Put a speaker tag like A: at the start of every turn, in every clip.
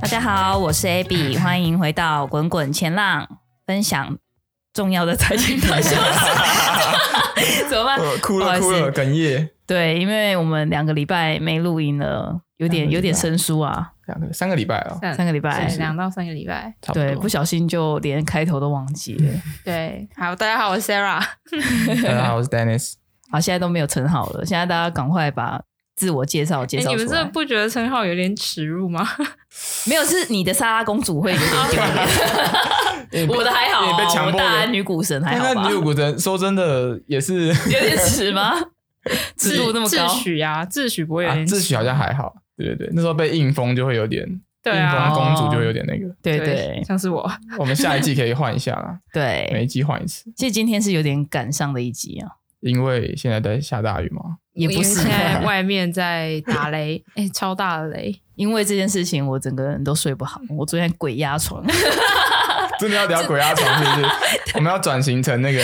A: 大家好，我是 Abby，欢迎回到《滚滚前浪》，分享重要的财经大小 事。怎么办？
B: 呃，哭
A: 不好
B: 了
A: 意思
B: 哭了，哽咽。
A: 对，因为我们两个礼拜没录音了，有点
B: 两个礼拜嗯
A: 有点生疏啊。
B: 两个三个礼拜
C: 哦
B: 了，
A: 三个礼拜
C: 对两到三个礼拜。
B: 差不多。
A: 对，不小心就连开头都忘记 了。
C: 对，好，大家好，我是 Sarah。
B: 嗯大家好，我是 Dennis。
A: 好，现在都没有存好了，现在大家赶快把自我介绍介
C: 哎，
A: 绍
C: 你们
A: 出
C: 这
A: 来。
C: 不觉得称号有点耻辱吗？
A: 没有，是你的莎拉公主会有 点丢脸
B: 嗯
A: 我的还好
B: 因为你被
A: 啊，
B: 强
A: 我
B: 迫
A: 大
B: 的
A: 安女股神还好
B: 那
A: 吧
B: 女？友股真说真的也是，
A: 有点耻吗？ 尺 度那么高
C: 自，诩啊，自诩不会有
B: 啊
C: 点
B: 自诩好像还好。对对对，那时候被硬封就会有点，
C: 对
B: 硬
C: 啊
A: 哦，
B: 封公主就会有点那个。
A: 对对
C: 像是我，
B: 我们下一季可以换一下 啦，
A: 对，
B: 每一季换一次，
A: 其实今天是有点赶上的一集啊，
B: 因为现在在下大雨嘛。
A: 也不是
C: 因为现在外面在打雷， 哎，超大的雷，
A: 因为这件事情，我整个人都睡不好。我昨天鬼压床，
B: 真的要聊鬼压床是不 是？我们要转型成那个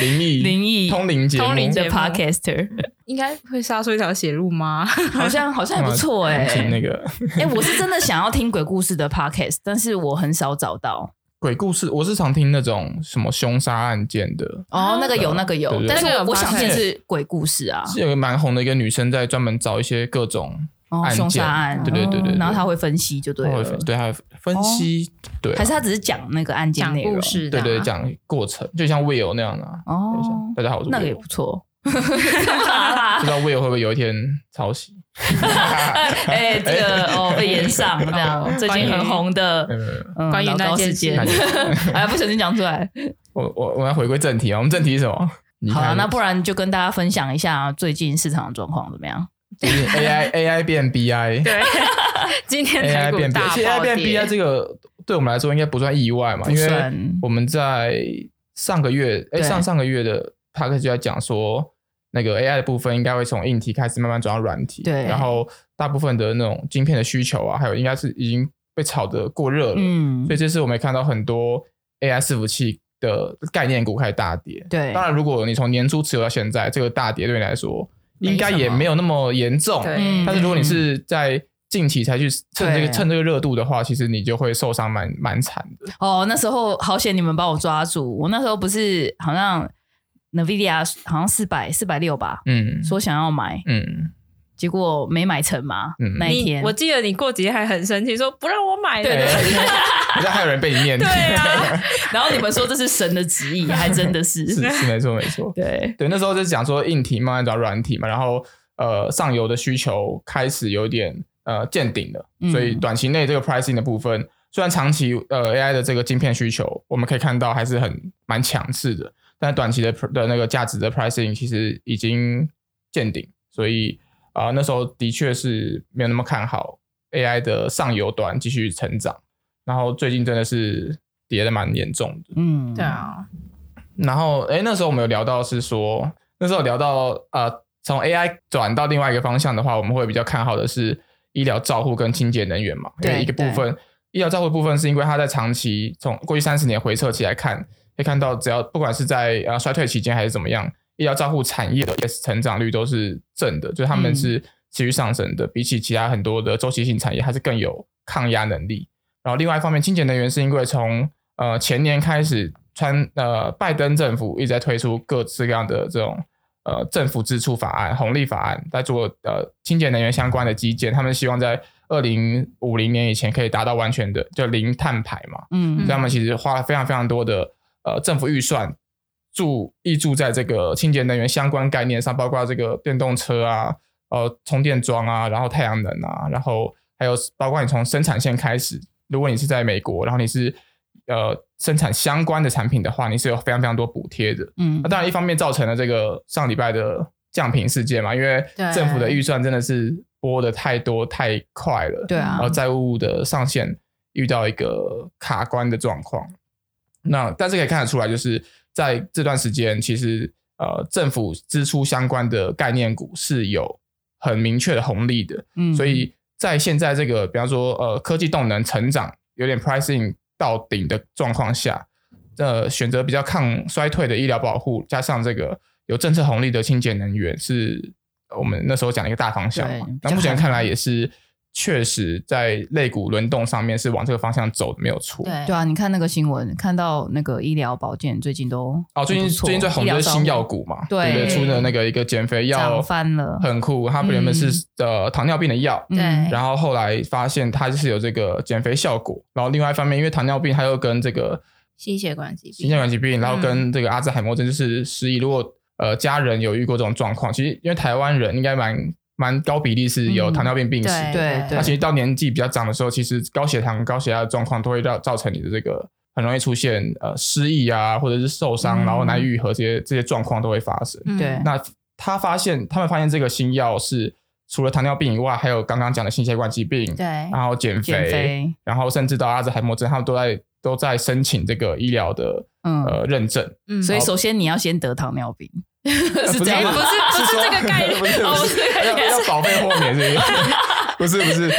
B: 灵 异
A: 灵异
B: 通灵节目，
C: 通灵节
A: 的
C: 目
A: podcaster
C: 应该会杀出一条血路吗？
A: 好像好像
B: 嗯
A: 还不错哎、
B: 请
A: 欸。
B: 那个
A: 哎、我是真的想要听鬼故事的 podcast，但是我很少找到。
B: 鬼故事，我是常听那种什么凶杀案件的，
A: 哦
C: 啊，
A: 那个有，那个有
B: 对，对
A: 但是
C: 那个
A: 我
C: 有
A: 我想听
C: podcast
A: 是鬼故事啊，
B: 是有个蛮红的一个女生在专门找一些各种
A: 哦，
B: 案
A: 凶杀
B: 件
A: 案，哦嗯
B: 对对对对对
A: 然后他会分析就对
B: 她会
A: 了
B: 分，对，还有分析，对啊，
A: 还是他只是讲那个案件
C: 讲
A: 内容
C: 故？事的
B: 对
C: 啊，
B: 对讲过程，就像 Will 那样的啊。
A: 哦
B: 等一下大家好，我是
A: 那个也
B: Will，
A: 不错。 干嘛
B: 不
A: 啦
B: 知道 Will 会不会有一天 抄袭？
A: 哎、这个 哦被延上这样，最近很红的
B: 没有没有没有
A: 嗯
C: 哦关于
A: 老
C: 那
A: 高
C: 件
A: 事
C: 事
A: 件
B: 那，就
A: 哎，不小心讲出来。
B: 我我我们要回归正题啊，我们正题是什么？你
A: 好了，
B: 看
A: 那不然就跟大家分享一下最近市场的状况怎么样？
B: 最近 AI AI 变 BI。
C: 对， 今天台
B: AI
C: 股
B: 变 BI，
C: 大
B: 其实 AI
C: 暴
B: 变啊
C: 跌
B: BI 这个对我们来说应该不算意外嘛，
A: 不
B: 因为
A: 算
B: 我们在上个月，哎、
A: 对
B: 上上个月的 p a c 就在讲说，那个 AI 的部分应该会从硬体开始慢慢转到软体，
A: 对
B: 然后大部分的那种晶片的需求啊，还有应该是已经被炒得过热了，
A: 嗯
B: 所，以这次我们也看到很多 AI 伺服器的概念股开始大跌。
A: 对
B: 当然，如果你从年初持有到现在，这个大跌对你来说
A: 没
B: 应该
A: 什
B: 也
A: 么
B: 没有那么严重，
C: 对
A: 嗯
B: 但是如果你是在近期才去趁这
A: 对
B: 个趁这个热度的话，其实你就会受伤蛮蛮惨的。
A: 哦，那时候好险你们把我抓住，我那时候不是好像 Nvidia 好像四百四百六吧，
B: 嗯
A: 说想要买，
B: 嗯，
A: 结果没买成嘛，
B: 嗯
A: 那一
C: 你
A: 天
C: 我。记得你过几天还很生气，说不让我买的。
A: 对
B: 哎好像还有人被 你念，
C: 对啊，
A: 然后你们说这是神的旨意，还真的是，
B: 是是没错没错。
A: 对
B: 对，那时候就是讲说硬体慢慢找软体嘛，然后呃上游的需求开始有点呃见顶了，
A: 嗯
B: 所以短期内这个 pricing 的部分，虽然长期呃 AI 的这个晶片需求，我们可以看到还是很蛮强势的，但短期的 pr- 的那个价值的 pricing 其实已经见顶，所以啊、呃那时候的确是没有那么看好 AI 的上游端继续成长，然后最近真的是跌的蛮严重的。
A: 嗯，
C: 对，啊，
B: 然后，哎，那时候我们有聊到是说，那时候有聊到呃，从 AI 转到另外一个方向的话，我们会比较看好的是医疗照护跟清洁能源嘛，因
A: 对
B: 为一个部分医疗照护部分是因为它在长期从过去三十年回撤期来看，可以看到只要不管是在呃衰退期间还是怎么样，医疗照护产业的 ES 成长率都是正的，就是他们
A: 嗯
B: 是持续上升的，比起其他很多的周期性产业，它是更有抗压能力。然后另外一方面，清洁能源是因为从呃前年开始，川呃拜登政府一直在推出各式各样的这种呃政府支出法案、红利法案，在做呃清洁能源相关的基建，他们希望在二零五零年以前可以达到完全的就零碳排嘛，所
A: 嗯
B: 以他们其实花了非常非常多的呃政府预算。注意注在这个清洁能源相关概念上，包括这个电动车啊、呃充电桩啊，然后太阳能啊，然后还有包括你从生产线开始如果你是在美国，然后你是呃生产相关的产品的话，你是有非常非常多补贴的。
A: 嗯
B: 那，当然，一方面造成了这个上礼拜的降频事件嘛，因为
C: 对
B: 政府的预算真的是拨的太多太快了，
C: 对啊
B: 然后债务的上限遇到一个卡关的状况。那但是可以看得出来，就是在这段时间，其实呃政府支出相关的概念股是有很明确的红利的，
A: 嗯
B: 所以在现在这个，比方说呃科技动能成长有点 pricing 到顶的状况下，呃选择比较抗衰退的医疗保护，加上这个有政策红利的清洁能源，是呃我们那时候讲的一个大方向嘛
A: 对。
B: 那目前看来也是确实在类股轮动上面是往这个方向走的，没有错。
C: 对
A: 对啊，你看那个新闻，看到那个医疗保健最近都
B: 哦，最近
A: 很不错
B: 最近最红就是新药，股嘛，对不对？
A: 对
B: 出的那个一个减肥药
A: 涨翻了
B: 很酷，它原本是
A: 嗯
B: 呃糖尿病的药，
A: 医疗照顾
C: 对
B: 然后后来发现它是有这个减肥效果，然后另外一方面，因为糖尿病它又跟这个
C: 心血管疾
B: 心
C: 病
B: 血，管疾病，然后跟这个阿兹海默症就是失忆。如果呃家人有遇过这种状况，其实因为台湾人应该蛮蛮高比例是有
A: 嗯
B: 糖尿病病史，
C: 对
A: 对
B: 那、其实到年纪比较长的时候，其实高血糖、高血压的状况都会造造成你的这个很容易出现呃失忆啊，或者是受伤，
A: 嗯
B: 然后难以愈合这些这些状况都会发生。
C: 嗯
A: 对
B: 那他发现他们发现这个新药是除了糖尿病以外，还有刚刚讲的心血管疾病，
C: 对
B: 然后减肥，
A: 减肥，
B: 然后甚至到阿兹海默症，他们都在都在申请这个医疗的、
A: 嗯，
B: 呃认证。
C: 嗯
A: 所以首先你要先得糖尿病，
B: 呃
A: 是
B: 不
A: 这样
B: 不
A: 吗？
B: 是
C: 不是
B: 说
C: 这个概念
B: 不是
C: 哦
B: 不
C: 不
B: 是
C: 是这个概念
B: 要要保费豁免是不是？不是不是，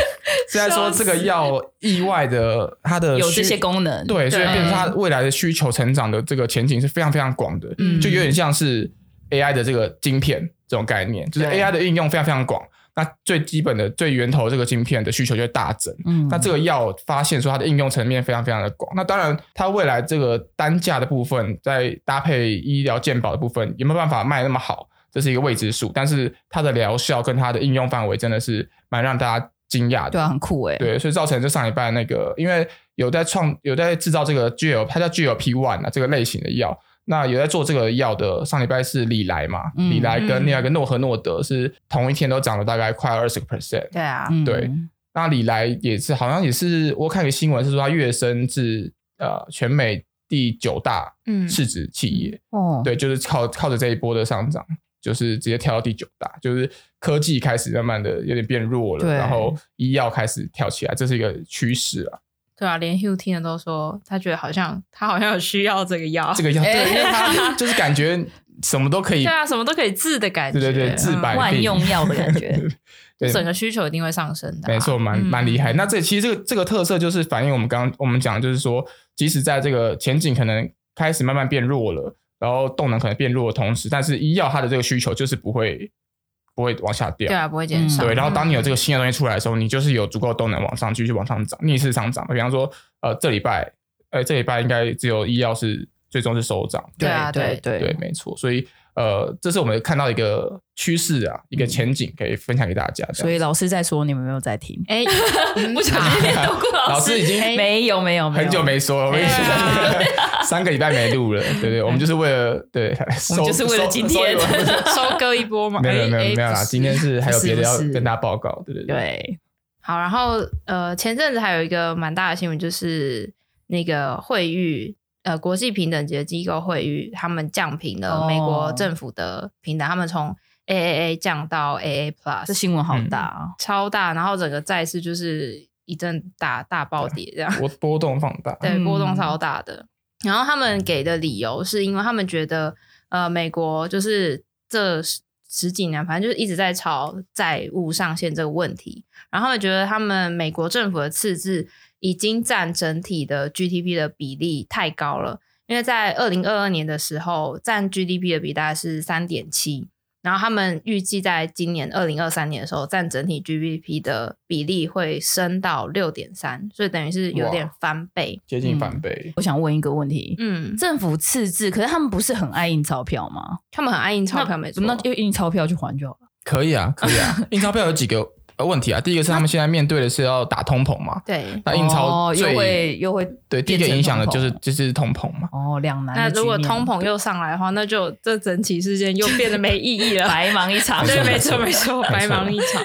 B: 现在说
A: 笑死
B: 这个药意外的它的
A: 有
B: 需
A: 这些功能，
B: 呃对，所以
C: 对
B: 变成它未来的需求成长的这个前景是非常非常广的，
C: 嗯
B: 就有点像是 AI 的这个晶片这种概念，就是
A: 对
B: AI 的应用非常非常广。那最基本的最源头这个晶片的需求就会大增，
A: 嗯，
B: 那这个药发现说它的应用层面非常非常的广，那当然它未来这个单价的部分，在搭配医疗健保的部分有没有办法卖那么好，这是一个未知数。但是它的疗效跟它的应用范围真的是蛮让大家惊讶
A: 对
B: 的。
A: 啊，很酷哎，
B: 对，所以造成就上礼拜那个，因为有在创有在制造这个 G L，它叫 G L P one 啊这个类型的药。那有在做这个药的，上礼拜是李来嘛，
A: 嗯
B: 李来跟
C: 嗯
B: 另外一个诺和诺德是同一天都涨了大概快二十个 percent。
C: 对啊，
A: 嗯
B: 对那李来也是，好像也是我看个新闻是说他跃升至呃全美第九大
C: 嗯
B: 市值企业，
A: 哦，
B: 对，就是靠靠着这一波的上涨，就是直接跳到第九大，就是科技开始慢慢的有点变弱了，
A: 对
B: 然后医药开始跳起来，这是一个趋势啊。
C: 对啊，连 Hugh 听了都说，他觉得好像他好像有需要这个药，
B: 这个药，对，因为它 就是感觉什么都可以
C: 对，啊，什么都可以治的感觉，
B: 对对对，治百
C: 嗯
B: 病，
A: 万用药的感 觉
B: 对
C: 整个需求一定会上升的啊，
B: 没错，蛮蛮厉害。
C: 嗯
B: 那这其实这个这个特色就是反映我们刚刚我们讲，就是说，即使在这个前景可能开始慢慢变弱了，然后动能可能变弱的同时，但是医药它的这个需求就是不会不会往下掉。
C: 对啊，不会减少，
A: 嗯
B: 对，然后当你有
C: 嗯
B: 这个新的东西出来的时候，你就是有足够的动能往上继续往上涨，逆势上涨。比方说，呃，这礼拜，呃，这礼拜应该只有医药是最终是收涨，
C: 对啊
A: 对
C: 对
B: 对，，没错。所以，呃，这是我们看到一个趋势啊，
C: 嗯
B: 一个前景可以分享给大家。这样
A: 所以老师在说，你们没有在 听，
C: 哎，嗯
A: 不小心念到过
B: 老
A: 师
B: 师已经
A: 没有哦没有啊
B: 很久没说了，我已
C: 对
B: 经 三个礼拜没录了，对对，我们就是为了对，我
A: 们就是为了今天
C: 收割一波嘛，
B: 没有没有
C: 哎
B: 没有
C: 哎
B: 没有
C: 不
B: 啦，
C: 是
B: 今天是还有别的要
A: 不是不是
B: 跟大家报告，对对对，
A: 对
C: 好，然后呃，前阵子还有一个蛮大的新闻，就是那个惠誉，呃，国际平等级的机构惠誉，他们降评了美国
A: 哦
C: 政府的平等，他们从 AAA 降到 AA
A: 这
C: Plus，
A: 新闻好
B: 嗯
A: 大啊，
C: 超大，然后整个债市就是一阵大大暴跌，这样
B: 我波动放大，
C: 对波动
A: 嗯
C: 超大的。然后他们给的理由是因为他们觉得，呃，美国就是这十十几年，反正就是一直在吵债务上限这个问题，然后他们觉得他们美国政府的赤字已经占整体的 GDP 的比例太高了，因为在二零二二年的时候，占 GDP 的比大概是三点七，然后他们预计在今年二零二三年的时候，占整体 GDP 的比例会升到六点三，所以等于是有点
B: 哇
C: 翻倍。
B: 接近翻倍，
A: 我想问一个问题，
C: 嗯，
A: 政府赤字，可是他们不是很爱印钞票吗？
C: 他们很爱印钞票，没错。
A: 那就印钞票去还就好了。
B: 可以啊，可以 啊。印钞票有几个呃问题啊，第一个是他们现在面对的是要打通膨嘛，
C: 对，
B: 那印钞
A: 哦又
B: 最
A: 会又会
B: 对第一个影响的就是
A: 变成
B: 就是通膨嘛，
A: 哦，两难
C: 那
A: 的局面。
C: 如果通膨又上来的话，那就这整体事件又变得没意义了。
A: 啊 白忙一场，
C: 对，
B: 没
C: 没
B: 错
C: 错没错，
B: 没错
C: 白忙一场。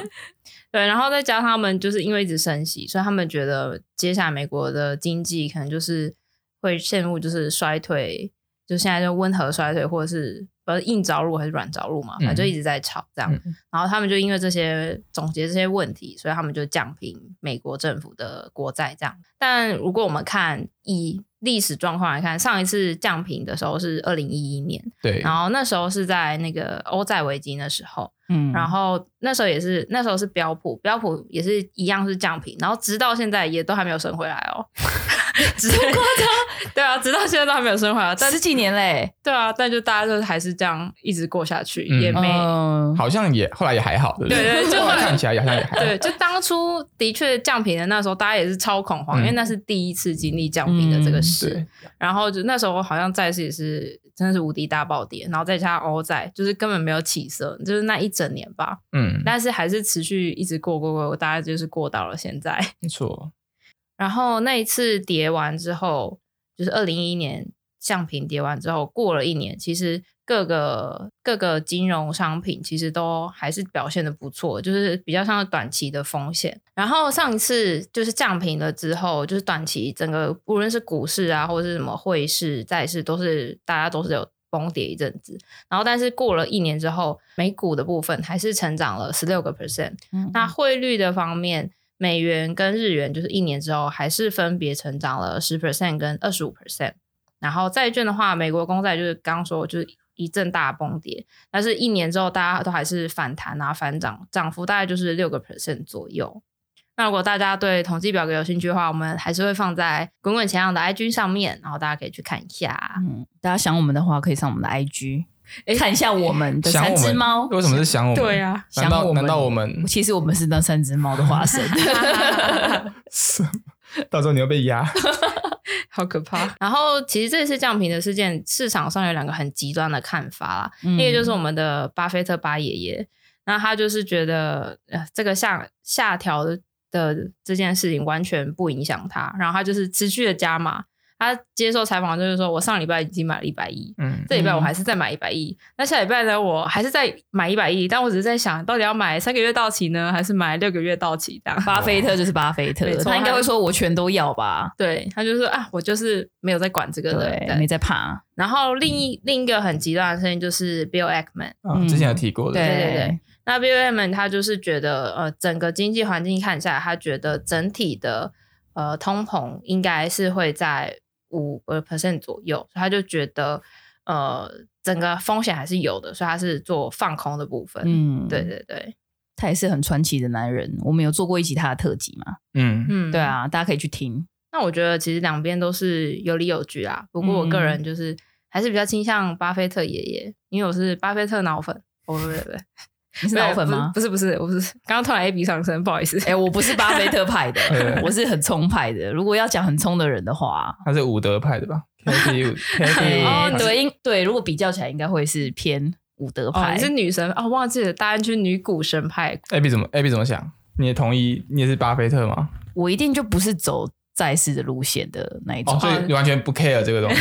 C: 对，然后再加上他们就是因为一直升息，所以他们觉得接下来美国的经济可能就是会陷入就是衰退，就现在就温和衰退，或者是呃硬着陆还是软着陆嘛，反正就一直在吵这样。然后他们就因为这些总结这些问题，所以他们就降平美国政府的国债这样。但如果我们看以历史状况来看，上一次降平的时候是二零一一年，
A: 哦
B: 对，
C: 然后那时候是在那个欧债危机的时候，
A: 嗯，
C: 然后那时候也是那时候是标普，标普也是一样是降平，然后直到现在也都还没有升回来哦，直夸张， 对啊，直到现在都还没有升回来，但
A: 十几年嘞，
C: 对啊，但就大家就还是这样一直过下去，
B: 嗯
C: 也没。
A: 嗯
B: 好像也后来也还好，对不
C: 对对就
B: 后
C: 后
B: 来
C: 来
B: 看起来好像也还好。
C: 对，就当初的确降平的那时候，大家也是超恐慌，
B: 嗯
C: 因为那是第一次经历降平的这个事。
B: 对，
C: 然后就那时候好像债市也是真的是无敌大暴跌，然后再加上欧债，就是根本没有起色，就是那一整年吧。
B: 嗯，
C: 但是还是持续一直过过过，大概就是过到了现在。
B: 没错，
C: 然后那一次跌完之后，就是二零一一年橡皮跌完之后，过了一年，其实各个各个金融商品其实都还是表现的不错，就是比较像是短期的风险。然后上一次就是降平了之后，就是短期整个无论是股市啊，或者是什么汇市、债市，都是大家都是有。崩跌一阵子，然后但是过了一年之后，美股的部分还是成长了十六个 percent，
A: 嗯
C: 那汇率的方面，美元跟日元就是一年之后还是分别成长了十 percent 跟二十五 percent。然后债券的话，美国公债就是刚刚说就是一阵大崩跌，但是一年之后大家都还是反弹啊反涨，涨幅大概就是六个 percent 左右。那如果大家对统计表格有兴趣的话，我们还是会放在滚滚前浪的 IG 上面，然后大家可以去看一下。啊
A: 嗯，大家想我们的话，可以上我们的 IG 看一下我们的
B: 想
A: 三
B: 我
A: 只
B: 们
A: 猫。
B: 为什么是想我们？
C: 对啊
B: 难
A: 想
B: 道
A: 我们
B: 难道我们
A: 其实我们是那三只猫的化 身。
B: 到时候你会被压？
C: 好可怕！然后其实这次降频的事件，市场上有两个很极端的看法啦。
A: 嗯
C: 一个 就是我们的巴菲特巴爷爷，那他就是觉得呃这个下下调的的这件事情完全不影响他，然后他就是持续的加码。他接受采访就是说，我上礼拜已经买了一百亿，
B: 嗯，
C: 这礼拜我
A: 嗯
C: 还是再买一百亿，那下礼拜呢，我还是再买一百亿，但我只是在想到底要买三个月到期呢，还是买六个月到期这样。
A: 巴菲特就是巴菲特
C: 没，错
A: 他应该
C: 他
A: 会说：“我全都要吧。
C: 对他就是啊，我就是没有在管这”个的。
A: 对，没在怕。
C: 然后另一另一个很极端的声音就是 Bill Ackman，
B: 啊之前有提过的，
C: 对对，那 Bill Ackman 他就是觉得呃整个经济环境看下来，他觉得整体的呃通膨应该是会在五呃 percent 左右，所以他就觉得呃整个风险还是有的，所以他是做放空的部分。
A: 嗯，
C: 对，对对，
A: 他也是很传奇的男人。我们有做过一集他的特辑嘛？
B: 嗯，
C: 嗯
A: 对。啊，大家可以去 听。
C: 那我觉得其实两边都是有理有据啦，不过我
A: 嗯
C: 个人就是还是比较倾向巴菲特爷爷，因为我是巴菲特脑粉。哦不不不不，
A: 你是脑粉吗？
C: 不是不是不是，我是刚刚突然 A B 上升，不好意思。
A: 哎，我不是巴菲特派的
B: 对，
A: 我是很冲派的。如果要讲很冲的人的话，
B: 他是伍德派的吧？K P U K
A: 对
B: P
C: 哦你是
A: 对，应对，如果比较起来，应该会是偏伍德
C: 哦，
A: 派。
C: 你是女神哦，忘记了，大安区女股神派。
B: A B 怎么 A B 怎么想？你也同意？你也是巴菲特吗？
A: 我一定就不是走债市的路线的那一种
B: 哦，，所以 你完全不 care 这个东西。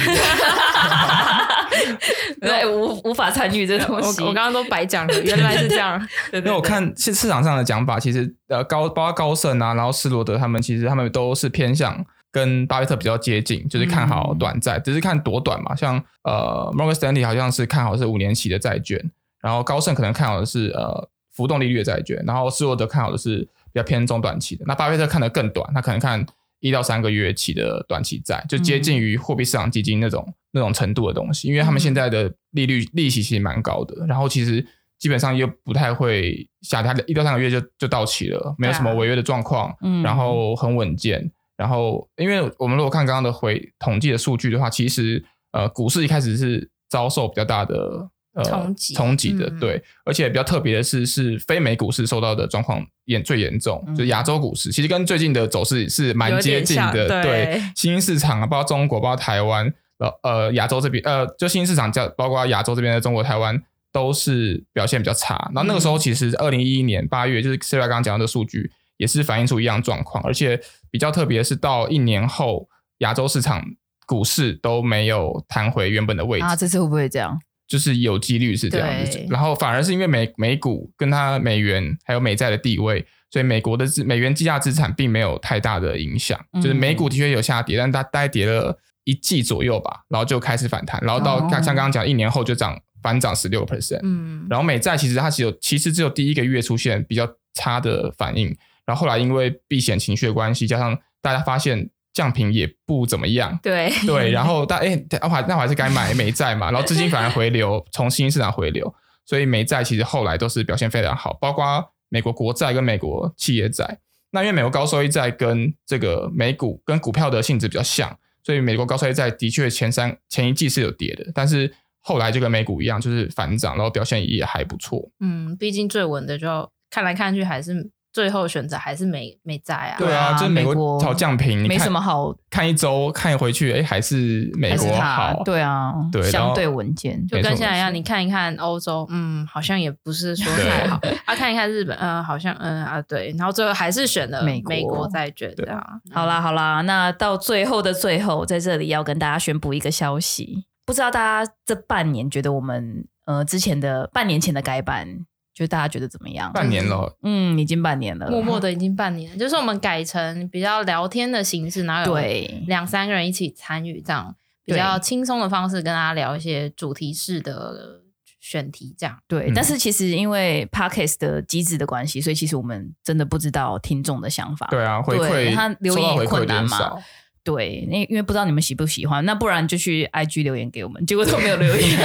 A: 对，无无法参与这
C: 我
A: 东西。
C: 我刚刚都白讲 了，原来是这样。对对
B: 因为我看市市场上的讲法，其实呃高包括高盛啊，然后施罗德他们，其实他们都是偏向跟巴菲特比较接近，就是看好
C: 嗯
B: 短债，只是看多短嘛。像呃摩根 r 丹利好像是看好是五年期的债券，然后高盛可能看好的是呃浮动利率的债券，然后施罗德看好的是比较偏中短期的。那巴菲特看的更短，他可能看一到三个月期的短期债，就接近于货币市场基金那种、那种程度的东西，因为他们现在的利率利息其实蛮高的，然后其实基本上又不太会下调，一到三个月就就到期了，没有什么违约的状况，
A: 嗯
B: 然后很稳健，然后因为我们如果看刚刚的回统计的数据的话，其实呃股市一开始是遭受比较大的。呃
C: 冲击
B: 冲击的，
C: 嗯
B: 对，而且比较特别的是，是非美股市受到的状况严最严重，
A: 嗯
B: 就是亚洲股市，其实跟最近的走势是蛮
C: 有
B: 接
C: 点
B: 近
C: 像
B: 的，
C: 对
B: 新兴市场啊，包括中国，包括台湾，呃呃，亚洲这边，呃，就新兴市场叫包括亚洲这边的中国、台湾都是表现比较差。然后那个时候其实二零一一年八月，就是 C Y 刚刚讲到的数据，也是反映出一样状况，而且比较特别的是到一年后，亚洲市场股市都没有弹回原本的位置，
A: 啊，这次会不会这样？
B: 就是有几率是这样子
C: 对。
B: 然后反而是因为美美股跟它美元还有美债的地位，所以美国的资美元计价资产并没有太大的影响，
C: 嗯
B: 就是美股的确有下跌，但大大概跌了一季左右吧，然后就开始反弹，然后到
A: 哦，
B: 像像刚刚讲，一年后就涨反涨十六 percent，
C: 嗯，
B: 然后美债其实它只有其实只有第一个月出现比较差的反应，然后后来因为避险情绪的关系，加上大家发现降频也不怎么样
A: 对，
B: 对，然后但哎、但我还那我还是该买美债嘛，然后资金反而回流，从新兴市场回流，所以美债其实后来都是表现非常好，包括美国国债跟美国企业债。那因为美国高收益债跟这个美股跟股票的性质比较像，所以美国高收益债的确前三前一季是有跌的，但是后来就跟美股一样，就是反涨，然后表现也还不错。
C: 嗯，毕竟最稳的就看来看去还是最后选择还是美美债啊。
B: 对啊，
A: 啊
B: 就是美
A: 美
B: 国
A: 国
B: 炒降平，你
A: 没
B: 看
A: 什么好，
B: 看一周看回去，哎，还是美
A: 还是
B: 国
A: 它
B: 好。，
A: 对啊，
B: 对然后
A: 相对稳健，
C: 就
B: 没
C: 跟
B: 错
C: 现在一
B: 没
C: 样，
B: 错
C: 你看一看欧洲，嗯，好像也不是说太好啊。看一看日本，嗯，好像，嗯啊，对。然后最后还是选了
A: 美
C: 美
A: 国
C: 国债券这样。
A: 好啦好啦，那到最后的最后，在这里要跟大家宣布一个消息，不知道大家这半年觉得我们呃之前的半年前的改版，就大家觉得怎么样？
B: 半年了，
A: 嗯，已经半年了，
C: 默默的已经半年了，就是我们改成比较聊天的形式，然后有
A: 对
C: 两三个人一起参与，这样比
A: 对
C: 较轻松的方式跟大家聊一些主题式的选题，这 样。
A: 对、
B: 嗯
A: 但是其实因为 podcast 的机制的关系，所以其实我们真的不知道听众的想法。
B: 对啊，回
A: 对
B: 馈
A: 它留
B: 收
A: 言
B: 到
A: 也
B: 回馈有
A: 困难
B: 点
A: 嘛
B: 少。
A: 对，那因为不知道你们喜不喜欢，那不然就去 IG 留言给我们，结果都没有留言，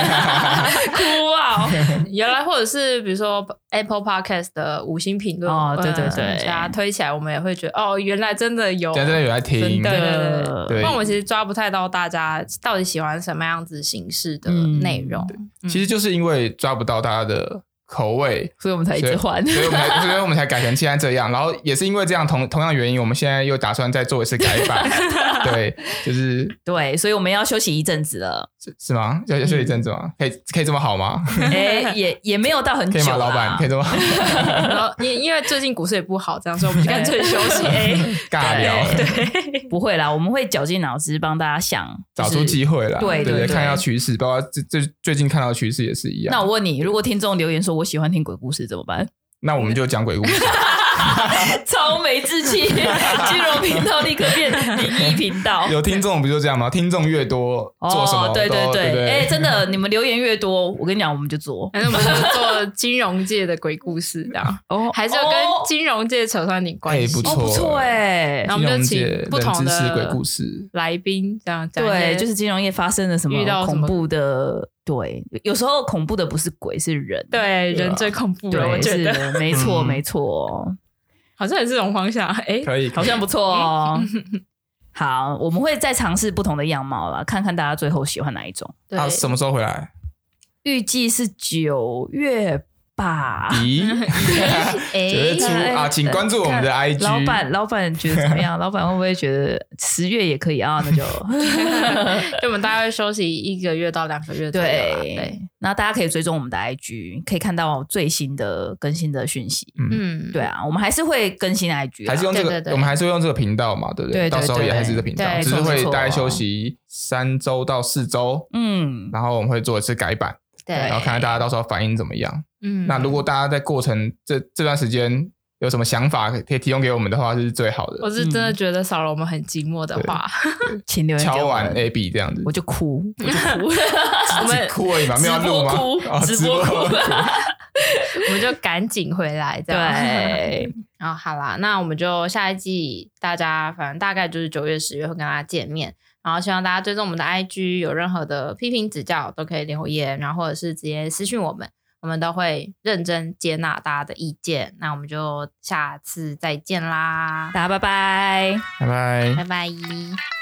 A: 哭 啊！
C: 原来或者是比如说 Apple Podcast 的五星评论
A: 哦对对
C: 呃
A: 对
C: 大家推起来，我们也会觉得哦，原来真的有，
B: 现在真的有在听
C: 真，的 对对
B: 对
C: 不然我们其实抓不太到大家到底喜欢什么样子形式的
A: 嗯
C: 内容。嗯
B: 其实就是因为抓不到大家的口味，
A: 所以我们才一直换。
B: 所以我 们才所以我们才改成现在这样。然后也是因为这样同同样的原因，我们现在又打算再做一次 改版。对，就是
A: 对，所以我们要休息一阵子了。
B: 是是吗？要要休息一阵子吗？可以可以这么 好吗？
A: 哎、也也没有到很
B: 可
A: 久
B: 以
A: 啦，
B: 吗？老板可以 这么好
C: 然后因因为最近股市也不好，这样所以我们就干脆休 息。哎
B: 尬聊，
A: 不会啦，我们会绞尽脑汁帮大家想，
B: 找
A: 就是
B: 出机会啦。
A: 对
B: 对
A: 对对
B: 看到趋势，包括最最最近看到的趋势也是一样。
A: 那我问你，如果听众留言说我喜欢听鬼故事怎么办？
B: 那我们就讲鬼故事。
A: 超没志 气，金融频道立刻变灵异频道。
B: 有听众不就这样吗？听众越多，做什么
A: 哦
B: 哦
A: 对对
B: 都对不
A: 对，哎、
B: 对，
A: 真的，你们留言越多，我跟你讲，我们就做。
C: 反正我们就做金融界的鬼故事，这样
A: 哦
C: 还是要跟金融界扯上点关
B: 哎
C: 系。
B: 不
A: 哦，不错哎、
C: 然后我们就请
B: 金融界
C: 不
B: 冷
C: 同
B: 知识
C: 的
B: 鬼故事。
C: 来宾这样讲一些，
A: 对，就是金融业发生了什
C: 遇到
A: 么
C: 什
A: 恐
C: 么
A: 怖的，对，有时候恐怖的不是鬼，是人。
C: 对人最恐怖了，
A: 啊
C: 我
A: 对，
C: 觉
A: 是
C: 得
A: 的，没错，
B: 嗯
A: 没错，
C: 好像也是这种方向。哎，
B: 可以，
A: 好像不错哦。 好，我们会再尝试不同的样貌啦，看看大家最后喜欢哪一种。
C: 对
B: 他啊什么时候回来？
A: 预计是九月吧。
B: 咦，
C: 哎
B: 九月初啊，请关注我们的 IG。
A: 老板，老板觉得怎么 样？老板会不会觉得十月也可以啊？那就
C: 就我们大概会休息一个月到两个月左右
B: 啊
C: 啦。对
A: 对，。那大家可以追踪我们的 IG，可以看到最新的更新的讯息。
B: 嗯，
C: 嗯，
A: 对啊，我们还是会更新 IG，啊
B: 还是用这
C: 对对
B: 个，
C: 对
B: 我们还是会用这个频道嘛，对不
A: 对对
B: 到时候
A: 对
B: 也还是这
A: 对
B: 个频道，
C: 对
B: 只是
C: 没错
A: 没
B: 会
A: 错
B: 大概休息三周到四周，
A: 嗯，
B: 然后我们会做一次改版，
C: 对，
B: 然后看看大家到时候反应怎么样。
C: 嗯，
B: 那如果大家在过程这这段时间有什么想法可以提供给我们的话，是最好
A: 嗯
C: 我
B: 的。
C: 是真的觉得少了我们很寂寞的话，
A: 请留言给
B: 敲
A: 我
B: 完哎
A: 们，
B: A B 这样子
A: 我，就哭，我就 哭。
C: 我们
B: 只哭而已嘛，啊没有要
A: 直播
B: 录吗？
A: 哭
B: 哦
A: 直播 哭
C: 我们就赶紧回来，这样。
A: 对，
C: 然后好啦，那我们就下一季大家反正大概就是九月、十月会跟大家见面。然后希望大家追踪我们的 IG，有任何的批评指教都可以留言，然后或者是直接私讯我们，我们都会认真接纳大家的意见。那我们就下次再见啦，
A: 大家拜拜。
B: 拜拜
C: 拜拜。